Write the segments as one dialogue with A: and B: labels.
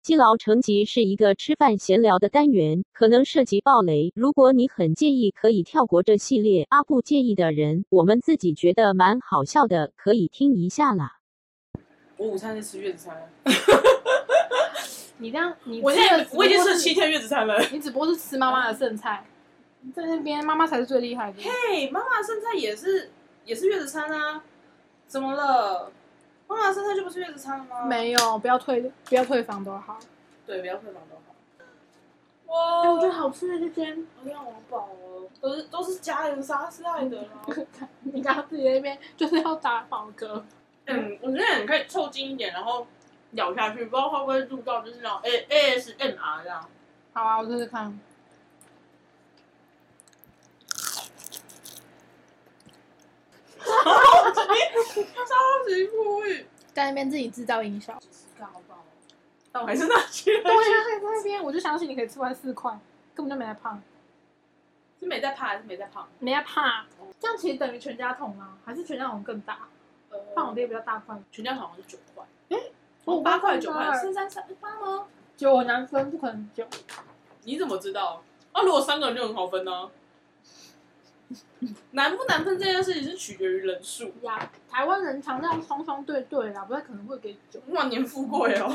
A: 积劳成疾是一个吃饭闲聊的单元，可能涉及暴雷。如果你很介意，可以跳过这系列。阿布介意的人，我们自己觉得蛮好笑的，可以听一下啦。
B: 我午餐是吃月子餐，啊
C: 你这样，你
B: 我现
C: 吃的
B: 在
C: 只不过
B: 我已经吃
C: 是
B: 了七，天月子餐了。
C: 你只不过是吃妈妈的剩菜，你在那边妈妈才是最厉害的。
B: 嘿，妈妈剩菜也是也是月子餐啊？怎么了？妈妈剩菜就不是月子餐了吗？，
C: 没有，不要退，不要退房都好。
B: 对，不要退房都好。
C: 哎、
B: 哇，
C: 我觉得好吃的这间，
B: 哎呀，我好饱哦，都是都是家人杀死害的啊啦。
C: 你刚刚自己在那边就是要打饱嗝，
B: 嗯，我觉得你可以凑近一点，然后咬下去，不知道会不会录到就是那种 A A S M R 这样。
C: 好啊，我试试看。
B: 超级富裕，
C: 在那边自己制造营销，
B: 干好饱哦，但我还是拿去了
C: 对。啊，在那边我就相信你可以吃完四块，根本就没在胖，
B: 是没在怕还是没在胖？
C: 没在怕。嗯这样其实等于全家桶啊，还是全家桶更大？胖我
B: 呃，
C: 爹比较大块，
B: 全家好像是九块，
C: 我
B: 哦八块
C: 哦八
B: 九块，
C: 二
B: 剩三三八吗？
C: 酒很难分，不可能酒。
B: 你怎么知道？啊，如果三个人就很好分呢、 难不难分这件事情是取决于人数，
C: 呀，台湾人常常双双对对啦，不太可能会给酒。
B: 万年富贵哦。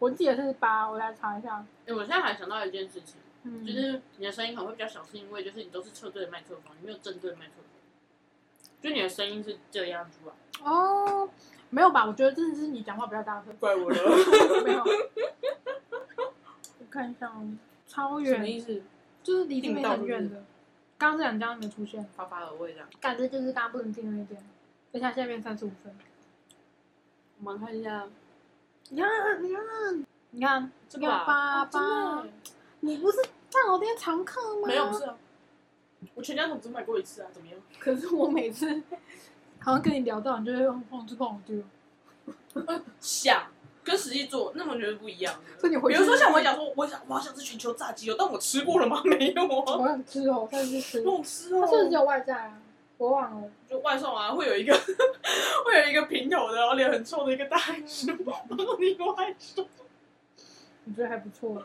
C: 我记得是八，我来查一下。
B: 哎、我现在还想到一件事情，
C: 嗯，
B: 就是你的声音可能会比较小，是因为就是你都是侧对麦克风，你没有正对麦克风，就你的声音是这样啊出来。。
C: 哦，没有吧？我觉得真的是你讲话比较大 声
B: 怪我 了，
C: 没有，我看一下哦，
B: 什
C: 超
B: 么
C: 远，
B: 意思？
C: 就是离这边很远的。刚刚这两家都没出现，
B: 发发了，我也这样。
C: 感觉就是刚刚不能订那间，而且它现在变三十五分。
B: 我们看一下
C: 你看，你看，你看，
B: 这
C: 个吧
B: 吧，哦真的
C: 你不是饭我店常客吗？
B: 没有，不是啊。我全家桶只买过一次啊，怎么样？
C: 可是我每 次好像跟你聊到，你就会忘记帮我丢。
B: 想跟实际做，那完全是不一样的。
C: 所以你回去
B: 比如说像我讲说，我想我好想吃全球炸鸡哦，但我吃过了吗？ 没有啊，
C: 我想吃哦，但是吃。
B: 我吃
C: 它
B: 哦。
C: 是不是只有外在啊？我忘了。
B: 就外送啊，会有一个会有一个平头的，然后脸很臭的一个大叔，
C: 嗯
B: 然后另外说，
C: 我觉得还不错，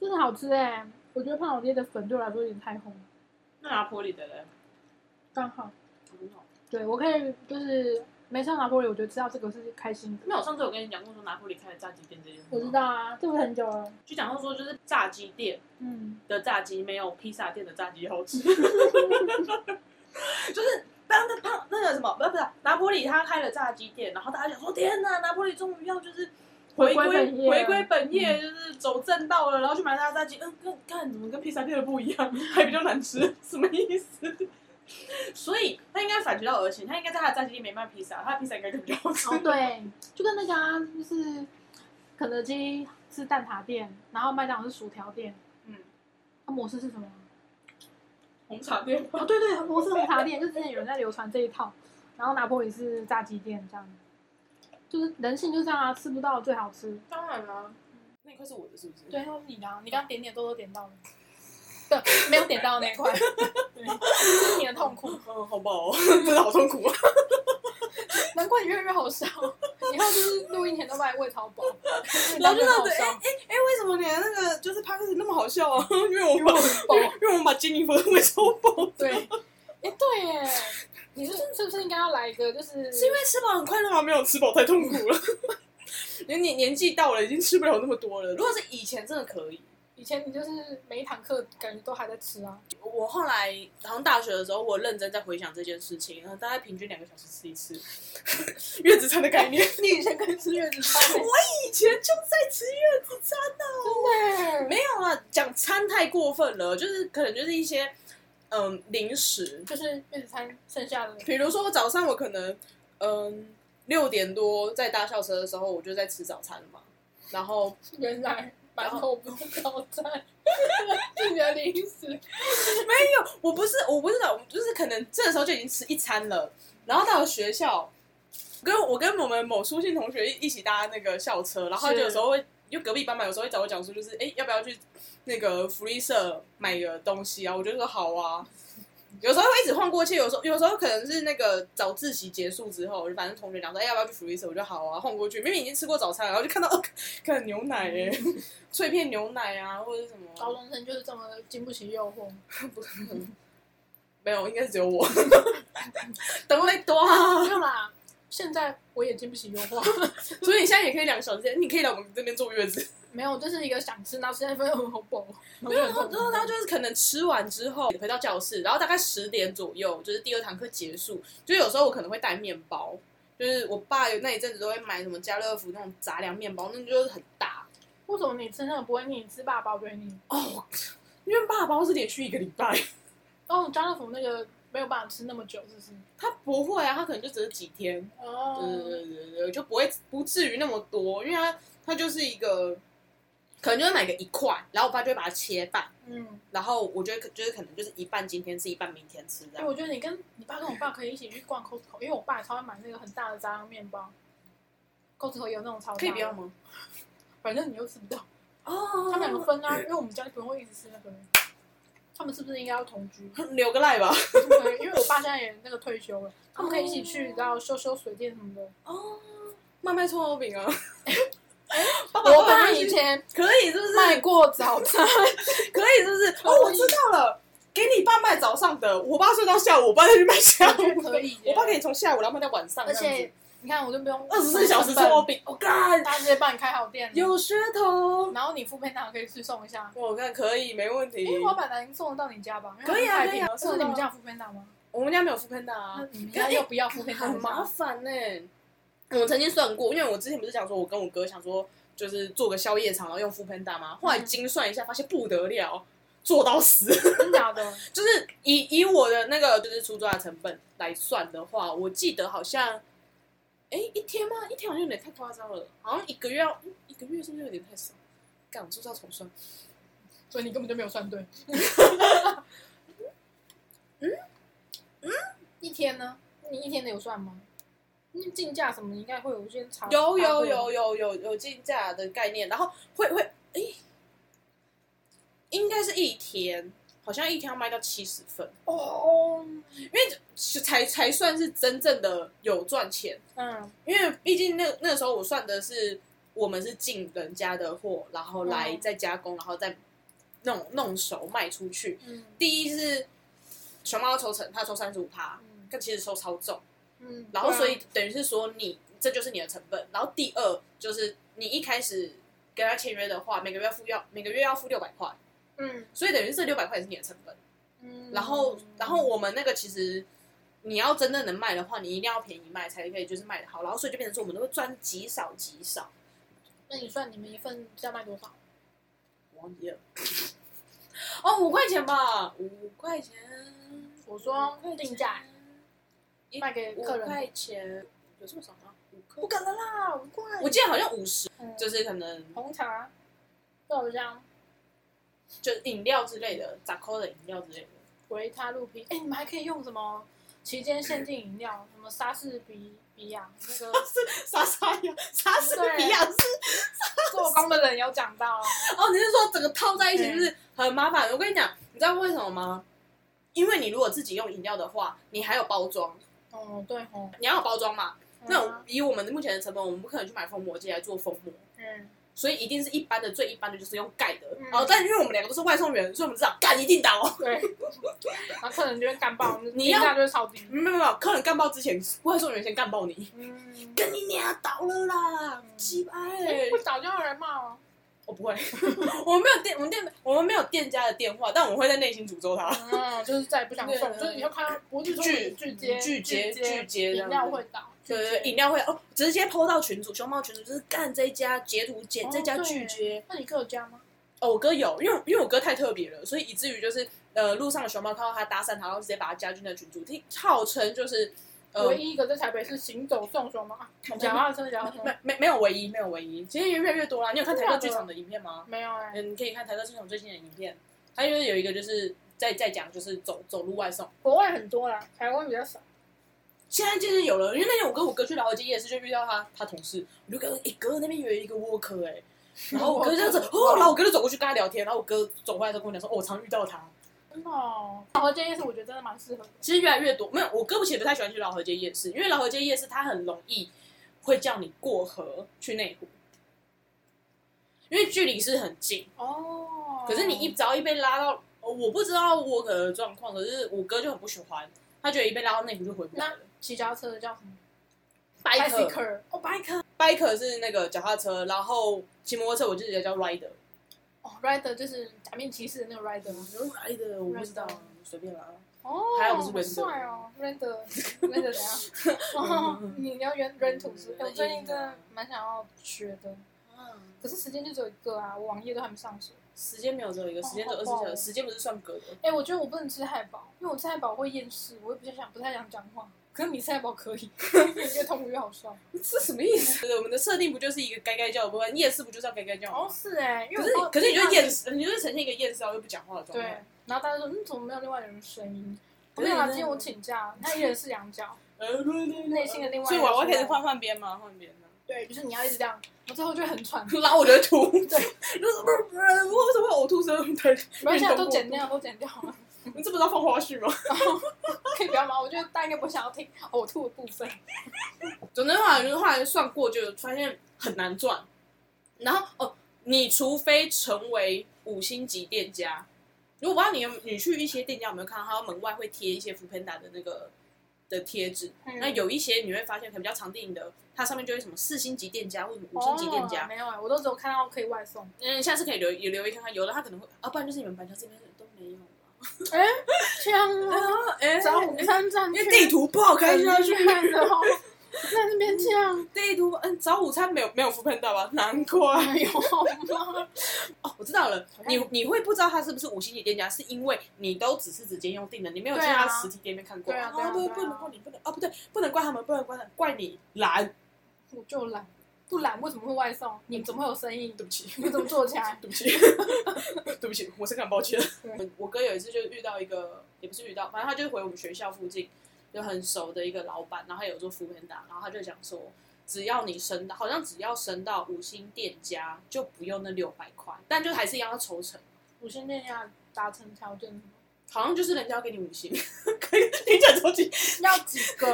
C: 真的好吃哎、我觉得胖老爹的粉对我来说有点太红了，
B: 那拿坡里的嘞，
C: 刚好。
B: 很好。
C: 对，我可以就是没上拿破里，我觉得吃到这个是开心的。
B: 那我上次有跟你讲过说拿破里开的炸鸡店这件事，
C: 我知，道啊，这不是很久了。
B: 就讲到说就是炸鸡店
C: 嗯，
B: 的炸鸡没有披萨店的炸鸡好吃， 就是。当那胖那个什么，不是不是拿破里，他开了炸鸡店，然后大家想说天哪，拿破里终于要就是回
C: 回
B: 归
C: 归本业嗯
B: 回归本业，就是走正道了，然后去买他的炸鸡，嗯，跟看怎么跟披萨店的不一样，还比较难吃，什么意思？ 所以他应该反其道而行，他应该在他的炸鸡店没卖披萨，他的披萨应该更比较好吃。
C: 哦对，就跟那个啊，就是肯德基是蛋挞店，然后麦当劳是薯条店，
B: 嗯，
C: 它模式是什 么？
B: 红茶店
C: 哦，对对，模式红茶店，就之前有人在流传这一套，然后拿破里是炸鸡店这样，就是人性就这样啊，吃不到最好吃。
B: 当然啦、那一块是我的，是不是？
C: 对，那是你的、啊，你刚刚点点多多点到了，对，没有点到那一 块，对，这是你的痛 苦，
B: 嗯，好饱哦， 真的好痛苦啊！
C: 难怪你越来越好笑，以后就是录音前都把你喂超 饱，
B: 然后就
C: 那
B: 那样子，哎哎哎，为什么你的那个就是 p 克 d 那么好笑 啊？因为我们把
C: 饱，
B: 因为我们把杰尼弗喂 超饱，
C: 对，哎、对耶，你是是不是应该要来一个就是
B: 是因为吃饱很快乐吗？没有吃饱太痛苦了。 年年年纪到了，已经吃不了那么多了。如果是以前，真的可以。
C: 以前你就是每一堂课感觉都还在吃 啊，
B: 我后来好像大学的时候，我认真在回想这件事情，然后大概平均两个小时吃一次 月子餐的概 念。
C: 你以前可以吃月子
B: 我
C: 餐耶，
B: 以前就在吃月子餐啊呢、
C: 真的耶，
B: 没有啊，讲餐太过分了，就是可能就是一些嗯零食，
C: 就是月子餐剩下的
B: 比如说早上我可能嗯六点多在搭校车的时候，我就在吃早餐了嘛，然后
C: 原来馒头不 高赞，是你的零食。
B: 我不是我不是早，就是可能这时候就已经吃一餐了，然后到了学校，跟我跟我们某书信同学一一起搭那个校车，然后他
C: 是
B: 就有时候会。因为隔壁班嘛，有时候会找我讲说，就是哎、要不要去那个福利社买个东西啊？我就说好啊。有时候会一直晃过去，有时候有时候可能是那个早自习结束之后，反正同学讲说，哎、要不要去福利社？我就好啊，晃过去。明明已经吃过早餐了，然后就看到，哦，看牛奶耶， 脆片牛奶啊，或者是什么，
C: 高中生就是这么经不起诱惑。
B: 没有，应该只有 我。等会多啊，
C: 没有啦，现在我也经不起诱 惑，
B: 所以你现在也可以两个小时，你可以来我们这边坐月子。
C: 没有，就是一个想吃，然后现在发现我好饱，
B: 没有，然后然后他就是可能吃完之后回到教室，然后大概十点左右，就是第二堂课结束。就有时候我可能会带面包，就是我爸有那一阵子都会买什么家乐福那种杂粮面包，那就是很大
C: 为什么你吃那个不会腻，你吃爸爸不会腻？
B: 哦。因为爸包是连续一个礼拜，
C: 哦，家乐福那个没有办法吃那么久，是不是？
B: 他不会啊，他可能就只是几天，
C: 哦
B: 对对对对对，就不会不至于那么多，因为他他就是一个，可能就会买个一块，然后我爸就会把它切半，
C: 嗯，
B: 然后我觉得可就是可能就是一半今天吃，一半明天吃这
C: 哎，
B: 样。
C: 我觉得你跟你爸跟我爸可以一起去逛 Costco，因为我爸也超爱买那个很大的杂粮面包，Costco 有那种超大的
B: 可以不要？吗？
C: 反正你又吃不到，
B: 哦
C: 他们两个分啊，因为我们家不会一直吃那个。他们是不是应该要同 居？
B: 留个赖吧。
C: 对，因为我爸现在也那个退休了，他们可以一起去，你知道修修水电什么的。
B: 哦，卖卖葱油饼啊。 爸
C: 哎 我爸
B: 会
C: 以前
B: 可以是不是？
C: 卖过早餐，
B: 可以是不是？哦，我知道了，给你爸卖早上的，我爸睡到下午，我爸再去卖下
C: 我觉
B: 午的。
C: 得可以耶
B: 我爸可以从下午然后卖到晚上，
C: 而且你看我就不用
B: 二十四小时葱油饼，我干，
C: 他直接帮你开好店，
B: 有噱头。
C: 然后你付配堂可以去送一下。
B: 我看可以，没问题
C: 因。为老板娘送得到你家吧？
B: 可以啊可以啊
C: 是你们家有付配堂吗？
B: 我们家没有副喷的啊
C: 那，你们家要不要付配堂？
B: 很麻烦呢、我曾经算过，因为我之前不是讲说，我跟我哥想说，就是做个宵夜场，然后用副喷大吗？后来精算一下，发现不得了，做到死。
C: 真假的？
B: 就是以以我的那个就是出抓的成本来算的话，我记得好像，哎、一天吗？一天好像有点太夸张了，好像一个月要嗯一个月是不是有点太少？干，我是不是要重算？
C: 所以你根本就没有算对。 嗯嗯，
B: 嗯
C: 嗯一天呢？你一天的有算吗？你竞价什么你应该会有一些查。
B: 有有
C: 查过
B: 有有有有竞价的概念，然后会会哎、诶应该是一天，好像一天要卖到七十份，
C: 哦，
B: 因为才才算是真正的有赚钱。
C: 嗯，
B: 因为毕竟那那时候我算的是我们是进人家的货，然后来
C: 嗯
B: 再加工，然后再弄弄熟卖出去。
C: 嗯
B: 第一是熊猫抽成，他抽三十五趴，
C: 嗯
B: 但其实抽超重，
C: 嗯，
B: 然后
C: 对啊
B: 所以等于是说你这就是你的成本。然后第二就是你一开始跟他签约的话，每个月付要每个月要付六百块，
C: 嗯
B: 所以等于这六百块也是你的成本。
C: 嗯，
B: 然后，然后我们那个其实你要真正能卖的话，你一定要便宜卖才可以，就是卖的好。然后所以就变成说，我们都会赚极少极少。
C: 那你算你们一份是要卖多少？
B: 我忘记了， 哦，五块钱吧，五块钱。
C: 我说定价
B: 一
C: 卖给
B: 五
C: 客人
B: 块钱有这么少吗？五
C: 不
B: 块，
C: 可能啦，五块
B: 我记得好像五十，
C: 嗯
B: 就是可能
C: 红茶、豆浆、
B: 就饮料之类的，杂扣的饮料之类的。
C: 维他露啤，哎，你们还可以用什么期间限定饮料？什么莎士比比亚 那个
B: 莎莎呀，莎士比亚是
C: 做工的人有讲到哦，
B: 哦，你是说整个套在一起
C: 对
B: 就是很麻烦？我跟你讲，你知道为什么吗？因为你如果自己用饮料的话，你还有包装，
C: 哦对哦，
B: 你要有包装嘛。那
C: 嗯
B: 以我们目前的成本，我们不可能去买封膜机来做封膜，
C: 嗯
B: 所以一定是一般的最一般的就是用盖的。
C: 嗯
B: 哦，但因为我们两个都是外送员，所以我们知道干一定倒。哦
C: 对，然后客人就会干爆，
B: 你要
C: 定价就会超低，
B: 没有没有没有，客人干爆之前，外送员先干爆你，
C: 嗯，
B: 跟你娘倒了啦，
C: 嗯
B: 鸡巴
C: 哎
B: 欸
C: 不！早就有人骂哦，
B: 我不会， 我们没有店，我们店我们没有店家的电话，但我们会在内心诅咒他。
C: 嗯，就是再也不想送，
B: 对
C: 就是以后看到不是
B: 拒
C: 拒接
B: 拒接拒
C: 拒
B: 接这样
C: 饮
B: 子
C: 料会倒，
B: 对
C: 拒
B: 对
C: 接
B: 对，饮料会哦，直接抛到群主，熊猫群主就是干这一家截图截
C: 哦
B: 这家
C: 对
B: 拒绝。
C: 那你哥有加吗？
B: 哦，我哥有，因为因为我哥太特别了，所以以至于就是呃路上的熊猫看到他搭讪他，然后直接把他加进了群主，听号称就是呃
C: 唯一一个在台北是行走送熊吗？啊讲话真的讲话
B: 没没没有唯一没有唯一，其实也越来越多啦。你有看台
C: 真的
B: 客
C: 假的
B: 剧场的影片吗？
C: 没有哎，
B: 嗯，你可以看台客剧场最新的影片，还有有一个就是在在讲就是走走路外送。
C: 国外很多啦，台湾比较少。
B: 现在就是有了，因为那天我跟我哥去老街夜市，就遇到他他同事，我就跟哎哥那边有一个欸 worker 哎、然后我哥这样子，哦，然后我哥就走过去跟他聊天，然后我哥走回来的时候跟我讲说，哦，我常遇到他，
C: 真的哦，老河街夜市我觉得真的蛮适合的。
B: 其实越来越多，没有我哥不也不太喜欢去老河街夜市，因为老河街夜市它很容易会叫你过河去内湖，因为距离是很近，
C: 哦，
B: 可是你一只要一被拉到，呃我不知道我可的状况，可是我哥就很不喜欢，他觉得一被拉到内湖就回不来了。
C: 骑脚踏车的叫什么
B: biker
C: ？biker 哦，biker
B: biker 是那个脚踏车，然后骑摩托车我就直接叫 rider。
C: 哦，rider 就是假面骑士的那个 rider。
B: rider 我不知道，随便啦。
C: 哦，
B: 还有不是 Ranger
C: 帅哦，Render，Render 怎样？哦，你要原 Render 图是？哎我最近真的蛮想要学的，
B: 嗯，
C: 可是时间就只有一个啊，我网页都还没上手。
B: 时间没有只有一个，时间只有二
C: 哦
B: 十
C: 好棒哦
B: 小时，时间不是算隔的。
C: 哎、我觉得我不能吃汉堡，因为我吃汉堡会厌世，我也不太想不太想讲话。可是你吃汉堡可以，越痛苦越好 笑。
B: 这什么意思？我们的设定不就是一个该该叫的部分？夜市不就是要该该叫
C: 哦，
B: 吗？
C: 是哎、因
B: 可
C: 为
B: 是
C: 我
B: 可是你就
C: 看
B: 厌世，你就是呈现一个厌世然后又不讲话的状
C: 对
B: 态。，
C: 然后大家说嗯，怎么没有另外一个人声音？
B: 可
C: 没
B: 是
C: 有
B: 你
C: 啊，
B: 真的
C: 今天我请假，他一人是两脚，
B: 呃，
C: 内心的另外
B: 所
C: 一个
B: 以娃娃
C: 出
B: 可
C: 来
B: 以换换边吗？ 换边呢？
C: 对，就是你要一直这样，我最后就会很 喘，
B: 然后 我就会吐。对，就是不是不是，我为什么会呕吐声？ 对，
C: 没有，现在
B: 运动
C: 都
B: 过
C: 剪掉，都剪掉了，
B: 你这不是要放花絮吗？
C: 可以不要吗？我觉得大家应该不会想要听呕吐的部分。
B: 总之后来就是后来算过，就发现很难赚。然后哦，你除非成为五星级店家，如果不知道你有你去一些店家有没有看到，它门外会贴一些 f o o Panda 的那个的贴纸。
C: 嗯
B: 那有一些你会发现，可能比较常订的，它上面就会什么四星级店家或者五星级店
C: 哦
B: 家。
C: 没有啊，我都只有看到可以外送。
B: 嗯，下次可以留也留意看看，有的它可能会啊，不然就是你们板桥这边都没有了。
C: 这样啊，
B: 哎
C: 找五三站
B: 因
C: 去，
B: 为地图不好看下去，
C: 看的哦， 在那边这样，
B: 地图嗯，早午餐没有没有 f o o Panda 吧？难怪。
C: 哎呦妈！
B: 哦，我知道了，
C: 看
B: 你你会不知道它是不是五星级店家，是因为你都只是直接用订的，你没有去
C: 对啊
B: 它实体店面看过。
C: 对啊对啊
B: 哦，不
C: 对啊
B: 不能怪你，不能哦，不对，不能怪他们，不能怪他们，怪你懒。
C: 我就懒，不懒为什么会外送？你们怎么会有生意？
B: 对不起，
C: 你们怎么做起来？
B: 对不起，对不起，我深感抱歉 嗯
C: 对。
B: 我哥有一次就遇到一个，也不是遇到，反正他就回我们学校附近，就很熟的一个老板，然后他有做福片啊达，然后他就讲说，只要你升到，好像只要升到五星店家，就不用那六百块，但就还是一样要抽成。
C: 五星店家达成条件是什么
B: 好像就是人家要给你五星， 可以听起来超级，
C: 要几个？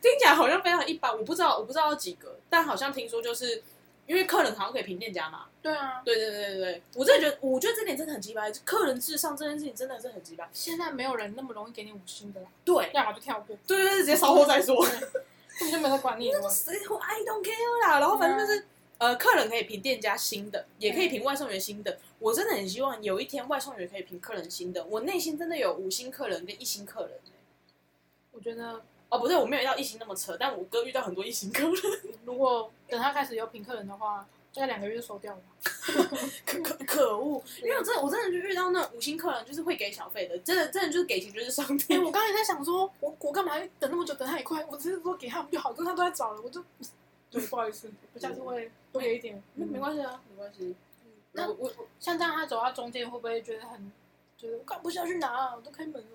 B: 听起来好像非常一般。我不知道，我不知道有几个，但好像听说就是因为客人好像可以评店家嘛。
C: 对啊，
B: 对对对对对，我真的觉得，我觉得这点真的很鸡掰，客人至上这件事情真的是很鸡掰。
C: 现在没有人那么容易给你五星的啦，
B: 对
C: 要么就跳过，
B: 对对对，直接稍后再说。
C: 根本就没在管你了。
B: 谁我 I don't care 啦，然后反正就是。呃，客人可以评店家新的，也可以评外送员新的。我真的很希望有一天外送员可以评客人新的。我内心真的有五星客人跟一星客人、
C: 我觉得
B: 哦，不对，我没有遇到一星那么扯，但我哥遇到很多一星客人。
C: 如果等他开始有评客人的话，大概两个月就收掉了。
B: 可可可恶！因为我真的我真的就遇到那五星客人，就是会给小费的，真的真的就是给钱就是上
C: 哎、
B: 帝。
C: 我刚才在想说，我我干嘛等那么久等他一块？我只是说给他们就好，可是他都在找了，我就对，不好意思，我下次会多给一点。
B: 那没
C: 系。
B: 关系啊， 没关系。
C: 那
B: 我我我
C: 像这样，他走到中间会不会觉得很，觉得我干不需要去拿、啊我都开门了。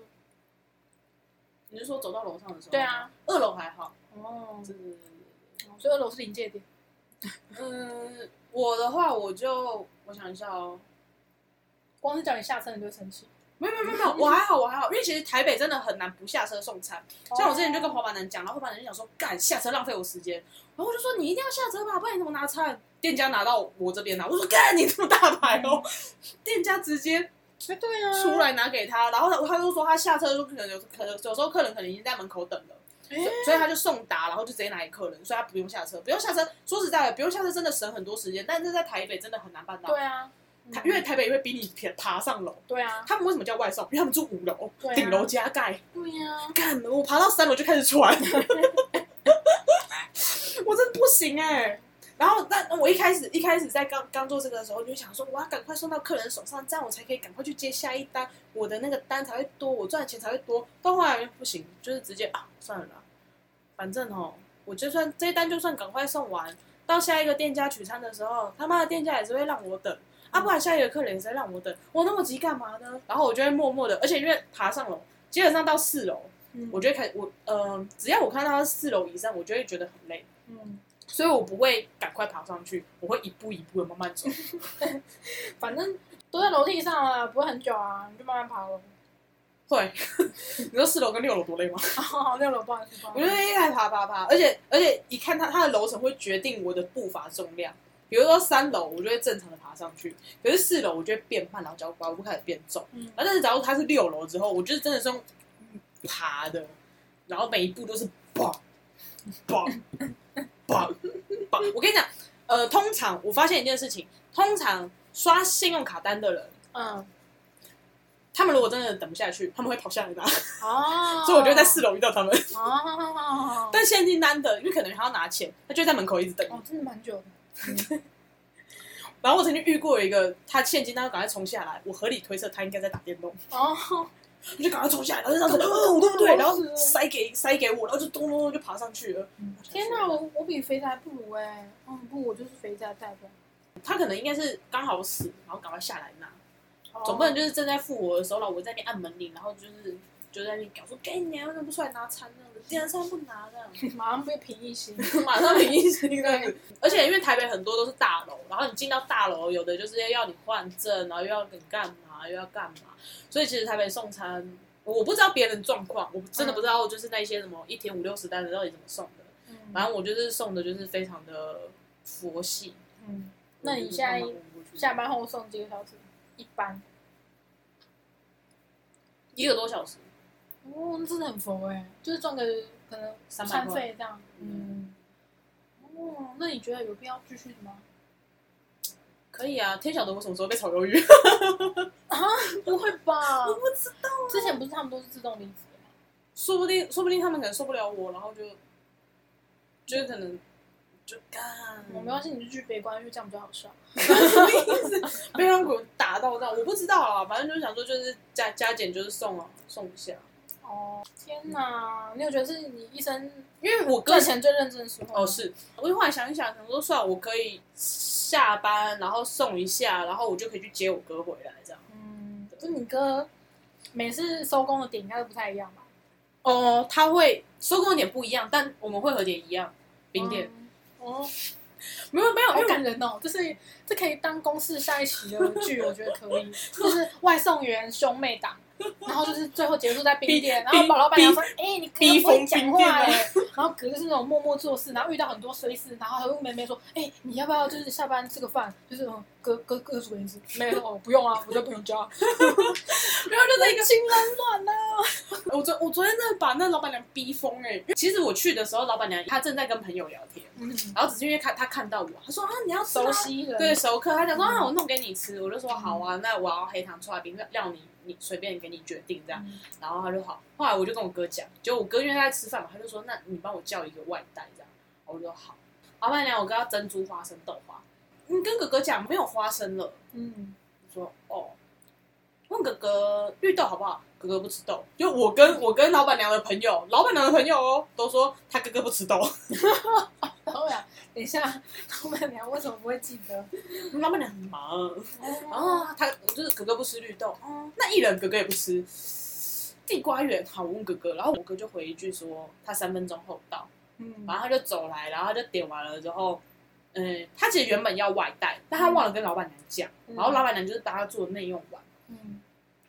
B: 你是说走到楼上的时候？
C: 对，啊，
B: 二楼还好。嗯
C: 哦，
B: 对对对
C: 嗯所以二楼是临界点。
B: 对对嗯，我的话我就我想一下哦，
C: 光是叫你下车，你就会生气。
B: 没有没有没有没有，我还好我还好，因为其实台北真的很难不下车送餐。像我之前就跟滑板男讲，然后滑板男就想说，干下车浪费我时间，然后我就说你一定要下车吧，不然你怎么拿餐？店家拿到我这边拿，我说干你这么大牌哦， 店家直接
C: 哎、对啊，
B: 出来拿给他，然后他他就说他下车就可能有可能有时候客人可能已经在门口等了，所
C: 哎
B: 以所以他就送达，然后就直接拿给客人，所以他不用下车，不用下车。说实在的，不用下车真的省很多时间，但是在台北真的很难办到。
C: 对啊，
B: 台因为台北会逼你爬爬上楼，
C: 对啊，
B: 他们为什么叫外送？因为他们住五楼
C: 对，啊
B: 顶楼加盖。
C: 对呀、
B: 干，我爬到三楼就开始喘， 我真的不行哎、然后，但我一开始一开始在刚刚做这个的时候，我就想说，我要赶快送到客人手上，这样我才可以赶快去接下一单，我的那个单才会多，我赚的钱才会多。到后来不行，就是直接啊，算了啦，反正哦，我就算这一单就算赶快送完，到下一个店家取餐的时候，他妈的店家也是会让我等。啊，不然下一个客人也是会让我等，我那么急干嘛呢？然后我就会默默的，而且因为爬上楼，基本上到四楼，
C: 嗯
B: 我就会开我呃，只要我看到它四楼以上，我就会觉得很累，
C: 嗯，
B: 所以我不会赶快爬上去，我会一步一步的慢慢走。
C: 反正都在楼梯上了，不会很久啊，你就慢慢爬了。
B: 会， 你知道四楼跟六楼多累吗？
C: 哦，六楼不好意思，不好
B: 我
C: 意
B: 就
C: 思。
B: 一开始爬爬爬，而且而且一看它它的楼层会决定我的步伐重量。比如说三楼，我就会正常的爬上去，可是四楼我就会变慢，然后脚步步开始变重。
C: 嗯
B: 然后啊但是假如它是六楼之后，我就是真的是用爬的，然后每一步都是棒棒棒棒。我跟你讲，呃，通常我发现一件事情，通常刷信用卡单的人，
C: 嗯，
B: 他们如果真的等不下去，他们会跑下来拿，
C: 哦，
B: 所以我就会在四楼遇到他们。
C: 哦，
B: 但现金单的，因为可能还要拿钱，他就在门口一直等。
C: 哦，真的蛮久的。
B: 然后我曾经遇过有一个，他现金单赶快冲下来，我合理推测他应该在打电动，
C: 哦，
B: 我就赶快冲下来，然后就这样子，呃，我对不对？然后塞给塞给我，然后就咚咚咚就爬上去了。
C: 天哪，我我比肥宅还不如哎，嗯，不，我就是肥宅代表。
B: 他可能应该是刚好死，然后赶快下来拿，
C: 哦
B: 总不能就是正在复活的时候，然后我在那边按门铃，然后就是就在那边搞说，给你啊，为什么不出来拿餐这样子？竟然餐不拿这样 子。
C: 马上被平一心。
B: 马上领一星这样子。而且因为台北很多都是大楼，然后你进到大楼，有的就是要你换证，啊然后又要你干嘛，又要干嘛，所以其实台北送餐，我不知道别人状况，我真的不知道就是那些什么一天五六十单的到底怎么送的，反
C: 嗯
B: 正我就是送的就是非常的佛系。
C: 嗯，那你现在
B: 我就是慢慢摸过去
C: 下班后送几个小时？一般。
B: 一个多小时，
C: 哦，那真的很佛哎，就是赚个可能
B: 300
C: 餐
B: 块
C: 费这样。嗯。哦，那你觉得有必要继续吗？
B: 可以啊。天晓得我什么时候被炒鱿鱼，
C: 不会 吧？
B: 我不知道，
C: 之前不是他们都是自动离职的吗？
B: 说不定说不定他们可能受不了我，然后就就是可能就干。
C: 我没关系，你就去悲观，因为这样比较好笑。
B: 被让狗打到这样，我不知道啊，反正就是想说就是加加减就是送啊，送一下。
C: 哦，天哪！你有觉得是你一生
B: 因为我个
C: 赚
B: 人
C: 钱最认真的时候吗？
B: 哦是，我就后来想一想，想说算了，我可以下班然后送一下，然后我就可以去接我哥回来这样。
C: 嗯，就你哥每次收工的点应该都不太一样吧？
B: 哦，他会收工点不一样，但我们会合点一样，零点、
C: 嗯哦，
B: 没有没有，
C: 好
B: 因为
C: 感人哦！这是这可以当公式下一期的剧，我觉得可以，就是外送员兄妹 档，然后就是最后结束在冰店，
B: 逼
C: 然后宝老板娘说：“哎、你可能不会讲
B: 逼疯冰店
C: 话
B: 啊
C: 哎、然后哥就是那种默默做 事，然后遇到很多衰事，然后还会问妹妹说：“哎、你要不要就是下班吃个饭？就是嗯哥哥哥煮给 你吃。”妹妹说：“哦，不用啊，我在朋友家。”
B: 没有就在一个
C: 情人乱啊呢、
B: 我昨我昨天真的把那老板娘逼疯哎、欸！因为其实我去的时候，老板娘她正在跟朋友聊天，
C: 嗯，
B: 然后只是因为看她看到我，她说啊你要吃
C: 熟嗯
B: 吗？
C: 悉人
B: 对，熟客，他讲说啊，我弄给你吃，我就说好啊，那我要黑糖醋辣冰，料你你随便给你决定这样。
C: 嗯
B: 然后他就好，后来我就跟我哥讲，结果我哥因为他在吃饭嘛，他就说那你帮我叫一个外带这样，我就说好。啊老板娘，我跟他珍珠花生豆花，你跟哥哥讲没有花生了，
C: 嗯，
B: 我说哦，问哥哥绿豆好不好？哥哥不吃豆，就我跟我跟老板娘的朋友，老板娘的朋友哦，都说他哥哥不吃豆。
C: 然后呀，等一下，老板娘为什么不会记得？
B: 老板娘很忙。然
C: 哦，
B: 后他我就是哥哥不吃绿豆，哦，那薏仁哥哥也不吃，地瓜圆好，我问哥哥，然后我哥就回一句说他三分钟后到，
C: 嗯
B: 然后他就走来，然后他就点完了之后，嗯，他其实原本要外带，但他忘了跟老板娘讲，
C: 嗯
B: 然后老板娘就是把他做内用碗，
C: 嗯，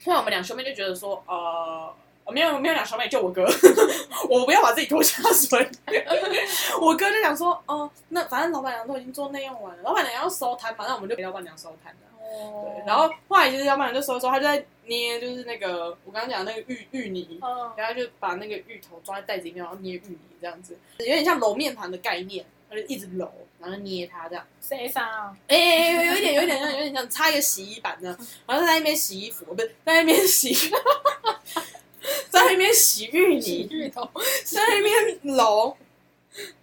B: 后来我们两兄妹就觉得说，呃。没有没有两兄妹，就我哥， 我不要把自己拖下水。 我哥就想说，哦、那反正老板娘都已经做内用完了，老板娘要收摊嘛，那我们就给老板娘收摊了。
C: 哦
B: 对，然后后来就是要不然就收一收，他就在捏，就是那个我刚刚讲的那个芋芋泥，
C: 嗯，
B: 然后就把那个芋头装在袋子里面，然后捏芋泥这样子，有点像揉面团的概念，他就一直揉，然后捏它这样，
C: 谁傻？
B: 哎、哎哎有一点有一点像有一点像插一个洗衣板这样，然后在那边洗衣服，不是在那边洗， 在那边洗芋泥，
C: 芋头，
B: 在那边揉，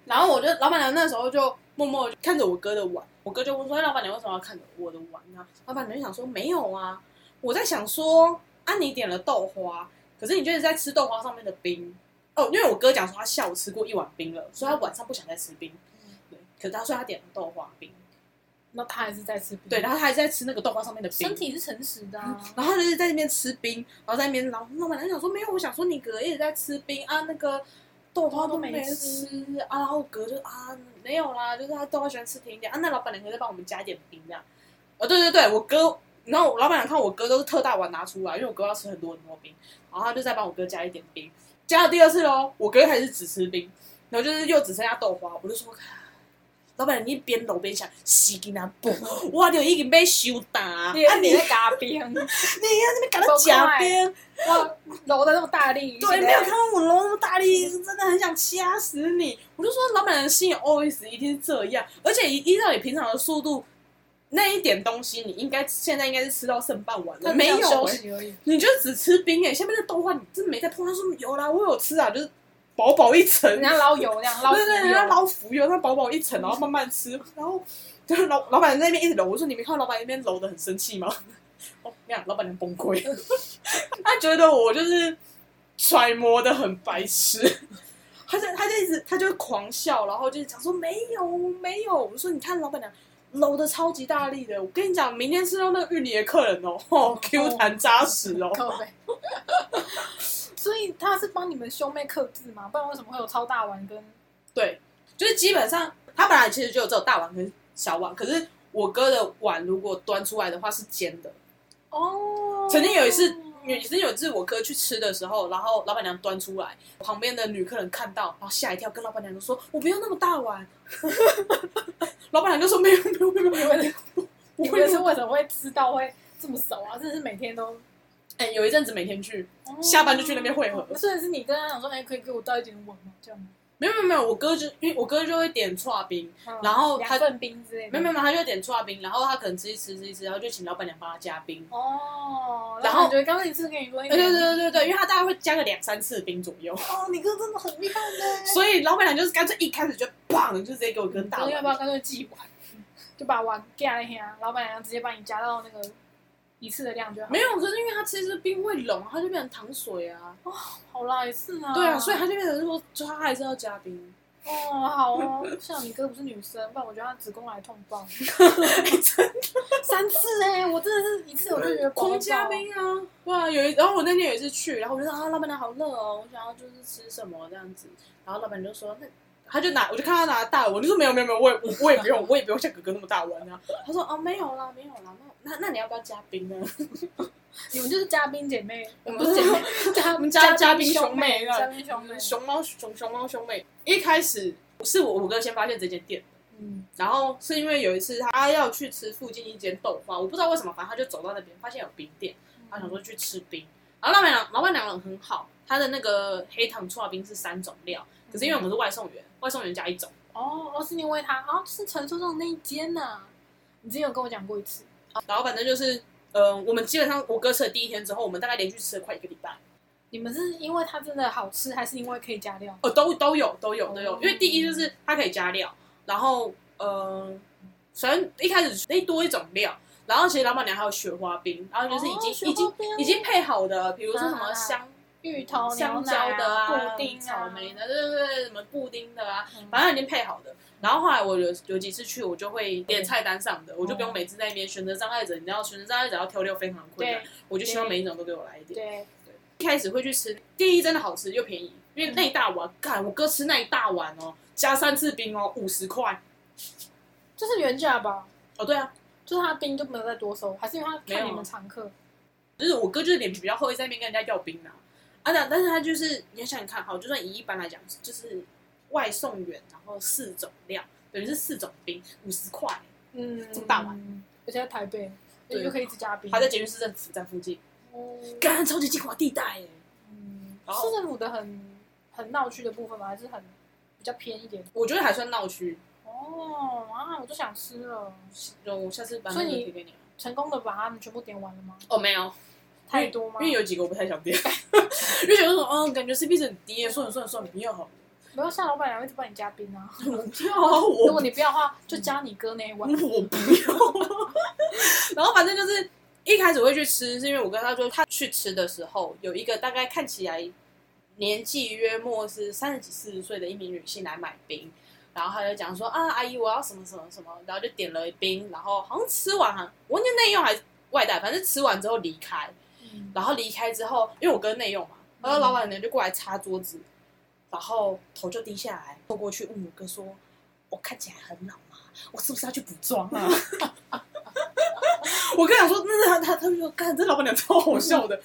B: 然后我就老板娘那时候就默默地看着我哥的碗，我哥就问说：“哎，老板娘为什么要看着我的碗呢、老板娘就想说：“没有啊，我在想说，啊，你点了豆花，可是你就是在吃豆花上面的冰哦，因为我哥讲说他下午吃过一碗冰了，所以他晚上不想再吃冰，对，可是他说他点了豆花冰，
C: 那他还是在吃冰，
B: 对，，然后他还在吃那个豆花上面的冰，
C: 身体是诚实的啊。
B: 然后他就是在那边吃冰，然后在那边，然后老板娘想说没有，我想说你哥一直在吃冰啊，那个豆花都没吃啊，然后我哥就啊没有啦，就是他豆花喜欢吃甜一点啊，那老板娘可以再帮我们加一点冰这样。哦，对对对，我哥然后我老板娘看我哥都是特大碗拿出来，因为我哥要吃很多很多冰，然后他就再帮我哥加一点冰，加了第二次喽，我哥还是只吃冰，然后就是又只剩下豆花，我就说。老板，你一边揉边想，死囡仔不，我就已经被羞打啊！
C: 你也
B: 你你
C: 是你在
B: 要
C: 嘎边，
B: 那边搞到夹边，
C: 哇，揉的那么大力，
B: 对，没有看到我揉那么大力，是真的很想掐死你。我就说，老板的心里 always 一定是这样，而且依依照你平常的速度，那一点东西，你应该现在应该是吃到剩半碗
C: 他
B: 了，
C: 只
B: 没
C: 想
B: 有、
C: 休
B: 欸，
C: 息而已。
B: 你就只吃冰诶、欸，下面的豆花你真的没在碰。他说有啦，我有吃啊，就是薄薄一层，
C: 人家捞油那样，捞哦
B: 对对，
C: 油
B: 人家捞浮油，它薄薄一层，然后慢慢吃，然后就是老老板在那边一直揉，我说你没看到老板那边揉的很生气吗？ 哦，那样老板娘崩溃， 他觉得我就是揣摩的很白痴，他就他就一直他就狂笑，然后就讲说没有没有，我说你看老板娘。揉的超级大力的，我跟你讲，明天吃到那个芋泥的客人哦，哦 q 弹扎实哦，
C: 靠背。所以他是帮你们兄妹克制嘛，不然为什么会有超大碗跟
B: 对，就是基本上它本来其实就有只有大碗跟小碗，可是我哥的碗如果端出来的话是尖的。
C: 哦？
B: 曾经有一次，女曾经有一次我哥去吃的时候，然后老板娘端出来，旁边的女客人看到，然后吓一跳，跟老板娘就说：“我不要那么大碗。” 老板娘就说：“没有没有没有没有，我
C: 你们你们是为什么会吃到会这么熟 啊？真的是每天都
B: 哎、有一阵子每天去，下班就去那边汇合
C: 哦所以是你跟他讲说，哎，可以给我倒一点碗吗？这样吗？
B: 没有没有没有，我哥就因为我哥就会点串冰，
C: 嗯
B: 然后他
C: 两份冰之类的，
B: 没有没有没有，他就点串冰，然后他可能吃一吃吃一吃，然后就请老板娘帮他加冰。
C: 哦，
B: 然
C: 然
B: 后
C: 后我觉得刚刚你是不是跟你说一
B: 对
C: 点，
B: 对对对对，因为他大概会加个两三次冰左右。
C: 哦，你哥真的很厉害呢。
B: 所以老板娘就是干脆一开始就砰，就直接给我跟大
C: 哥要不要
B: 碗。
C: 干脆寄碗，就把碗加在那，老板娘直接把你加到那个一次的量就好。
B: 没有，可是因为它吃是冰会融，它就变成糖水啊。
C: 好啦，也是啊。
B: 对啊，所以它就变成说，就它还是要加冰。
C: 哦，好哦，像你哥不是女生，不然我觉得她子宫癌痛 爆三次哎、我真的是一次我就觉得
B: 狂加。冰啊！对啊，有一然后我那天也是去，然后我就说啊，老板娘好热哦，我想要就是吃什么这样子。然后老板娘就说那。他就拿，我就看他拿大碗，我就说没有没有没有，我也我我也不用，我也不用像哥哥那么大碗啊。他说哦没有啦没有啦，那那那你要不要加冰呢？
C: 你们就是嘉宾姐妹，
B: 我们
C: 不是姐妹，嘉
B: 我们家
C: 嘉
B: 嘉宾兄妹，
C: 嘉宾兄妹，
B: 熊猫熊熊猫兄妹。一开始是我我哥先发现这间店，
C: 嗯，
B: 然后是因为有一次他要去吃附近一间豆花，我不知道为什么，反正他就走到那边发现有冰店，他想说去吃冰。然后老板娘老板娘很好，她的那个黑糖串冰是三种料，可是因为我们是外送
C: 嗯
B: 员，外送员加一种。
C: 哦，哦，是因为他哦，是传说中的那一间呐、你之前有跟我讲过一次，
B: 然后反正就是，呃，我们基本上我哥吃的第一天之后，我们大概连续吃了快一个礼拜。
C: 你们是因为它真的好吃，还是因为可以加料？
B: 哦，都都有都有都有
C: 哦，
B: 因为第一就是它可以加料，然后呃，反正一开始哎多一种料，然后其实老板娘还有雪花冰，然后就是已经、
C: 哦雪花
B: 已经
C: 冰啊
B: 已经配好的，比如说什么香、
C: 芋头、
B: 香
C: 牛奶
B: 蕉的啊、
C: 布丁啊、
B: 草莓的，对对对，什么布丁的啊，
C: 嗯，
B: 反正已经配好的。然后后来我有有几次去，我就会点菜单上的，我就不
C: 哦
B: 用每次在那边选择障碍者，你知道选择障碍者要挑六非常困难
C: 对，
B: 我就希望
C: 对
B: 每一种都给我来一点。
C: 对，
B: 一开始会去吃，第一真的好吃又便宜，因为那一大碗，干我哥吃那一大碗哦，加三次冰哦，五十块。
C: 就是原价吧，
B: 哦，对啊，
C: 就是他冰就没有再多收，还是因为他看你们常客，
B: 就是我哥就是脸皮比较厚，一直在那边跟人家要冰啊。啊，但但是他就是你要想想看，好，就算以一般来讲，就是外送员，然后四种料，等于是四种冰，五十块，
C: 嗯，
B: 这么大碗
C: 碗，而且在台北，
B: 对
C: 你就可以一直加冰，
B: 还在捷运市政府站附近，
C: 哦，
B: 干超级精华地带耶。欸
C: 嗯，
B: 然
C: 市
B: 后
C: 政府的很很闹区的部分吗？还是很比较偏一点？
B: 我觉得还算闹区，
C: 哦，啊，我就想吃了，
B: 就我下次把
C: 所
B: 那
C: 以
B: 个
C: 你
B: 贴给你啊。
C: 成功的把他们全部点完了吗？
B: 哦，没有，
C: 太多吗？
B: 因为有几个我不太想点， 因为觉得说，嗯，感觉 CP 值很低耶，算了算了算了，不要好了。
C: 没有像老板娘一直帮你加 冰啊。
B: 不要啊，我
C: 如果你不要的话，就加你哥那一 碗。
B: 我不要。 然后反正就是一开始会去吃，是因为我跟他说，他去吃的时候有一个大概看起来年纪约莫是三十几四十岁的一名女性来买冰，然后他就讲说啊，阿姨我要什么什么什么，然后就点了冰，然后好像吃完啊，我忘记内用还是外带，反正吃完之后离开，
C: 嗯
B: 然后离开之后，因为我哥内用嘛，然后老板娘就过来擦桌子，然后头就低下来，凑过去问我哥说：“我看起来很老吗？我是不是要去补妆啊？” 我跟他说，那他他他就说，看这老板娘超好笑的，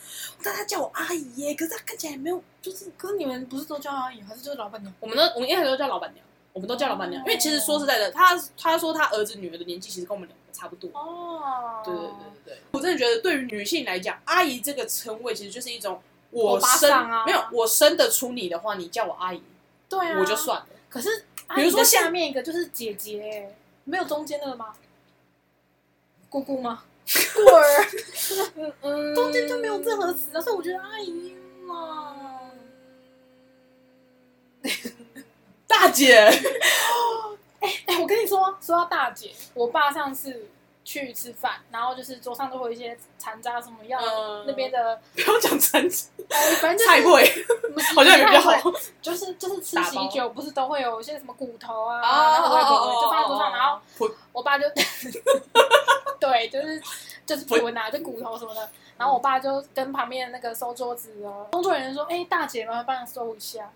B: 但他叫我阿姨耶，可是他看起来也没有，
C: 就是，可是你们不是都叫阿姨，还是就是老板娘？
B: 我们都我们一开始都叫老板娘，我们都叫老板娘，因为其实说实在的，他他说他儿子女儿的年纪其实跟我们两个差不多，
C: 哦
B: 对对对对对，我真的觉得对于女性来讲，阿姨这个称谓其实就是一种
C: 我
B: 我
C: 巴
B: 生
C: 掌啊
B: 没有我生得出你的话，你叫我阿姨
C: 对啊，
B: 我就。算了。
C: 可是，
B: 比如说
C: 阿姨的
B: 像
C: 下面一个就是姐姐，没有中间那个吗？姑姑吗？
D: 孤儿，
B: 嗯，
C: 中间就没有任何词啊，所以我觉得阿姨嘛，
B: 大姐，
C: 哎、我跟你说，说到大姐，我爸上次去吃饭，然后就是桌上都会有一些残渣什么样、
B: 嗯
C: 那边的，
B: 不要讲成
C: 哎反正就是
B: 菜贵，
C: 不是
B: 好像也比较
C: 不太
B: 好
C: 会。就是就是吃
B: 打包
C: 喜酒，不是都会有一些什么骨头啊，然后微波炉就放在桌上，然后
B: 哦哦哦，
C: 我爸就，对，就是就是滚啊，就骨头什么的。然后我爸就跟旁边的那个收桌子的工作人员说：“哎、大姐，麻烦帮我收一下。”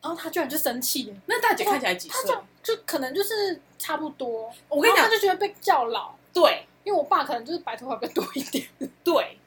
C: 然后他居然就生气耶，
B: 那大姐看起来几
C: 他
B: 岁
C: 就？就可能就是差不多，
B: 我跟你
C: 然
B: 讲
C: 后他，就觉得被叫老，
B: 对
C: 因为我爸可能就是白头发比较多一点，
B: 对，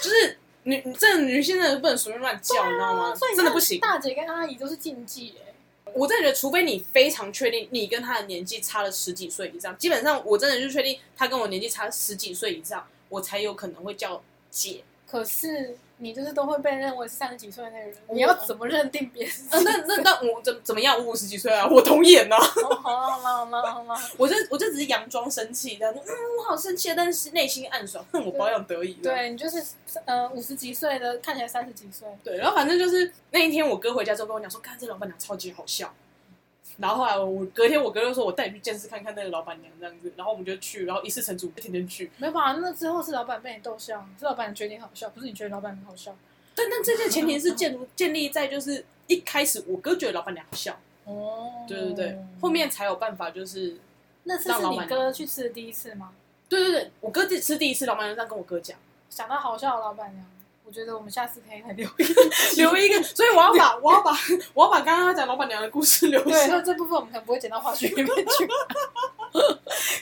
B: 就是女这女性真的不能随便乱叫，你知道吗
C: 啊所以？你
B: 真的
C: 看
B: 不行。
C: 大姐跟阿姨都是禁忌耶，
B: 我真的觉得，除非你非常确定你跟他的年纪差了十几岁以上，基本上我真的就确定他跟我年纪差十几岁以上，我才有可能会叫姐。
C: 可是你就是都会被认为是三十几岁的那个人，你要怎么认定别人是？
B: 啊，那那那我怎怎么样？我五十几岁啊，我童颜呐、啊，
C: 哦好了好了好了好了，
B: 我就我就只是佯装生气，这样说，嗯，我好生气，但是内心暗爽，哼，我保养得宜。这样
C: 对你就是呃五十几岁的，看起来三十几岁，
B: 对，然后反正就是那一天我哥回家之后跟我讲说，看这老板娘超级好笑。然后后来我隔天我哥就说，我带你去见识看看那个老板娘这样子，然后我们就去，然后一次成主，天天去。
C: 没办法，那之后是老板被你逗笑，是老板觉得你好笑，不是你觉得老板很好笑。
B: 但但这件前提是 建筑建立在就是一开始我哥觉得老板娘好笑，
C: 哦
B: 对对对，后面才有办法就是，
C: 那次是你哥去吃的第一次吗？
B: 对对对，我哥第吃第一次老板娘这样跟我哥 讲，
C: 想到好笑的老板娘，我觉得我们下次可以来聊。
B: 留一个，所以我要把我要把我要把刚刚他讲老板娘的故事留
C: 对，
B: 下。
C: 那这部分我们可能不会剪到话絮里面去。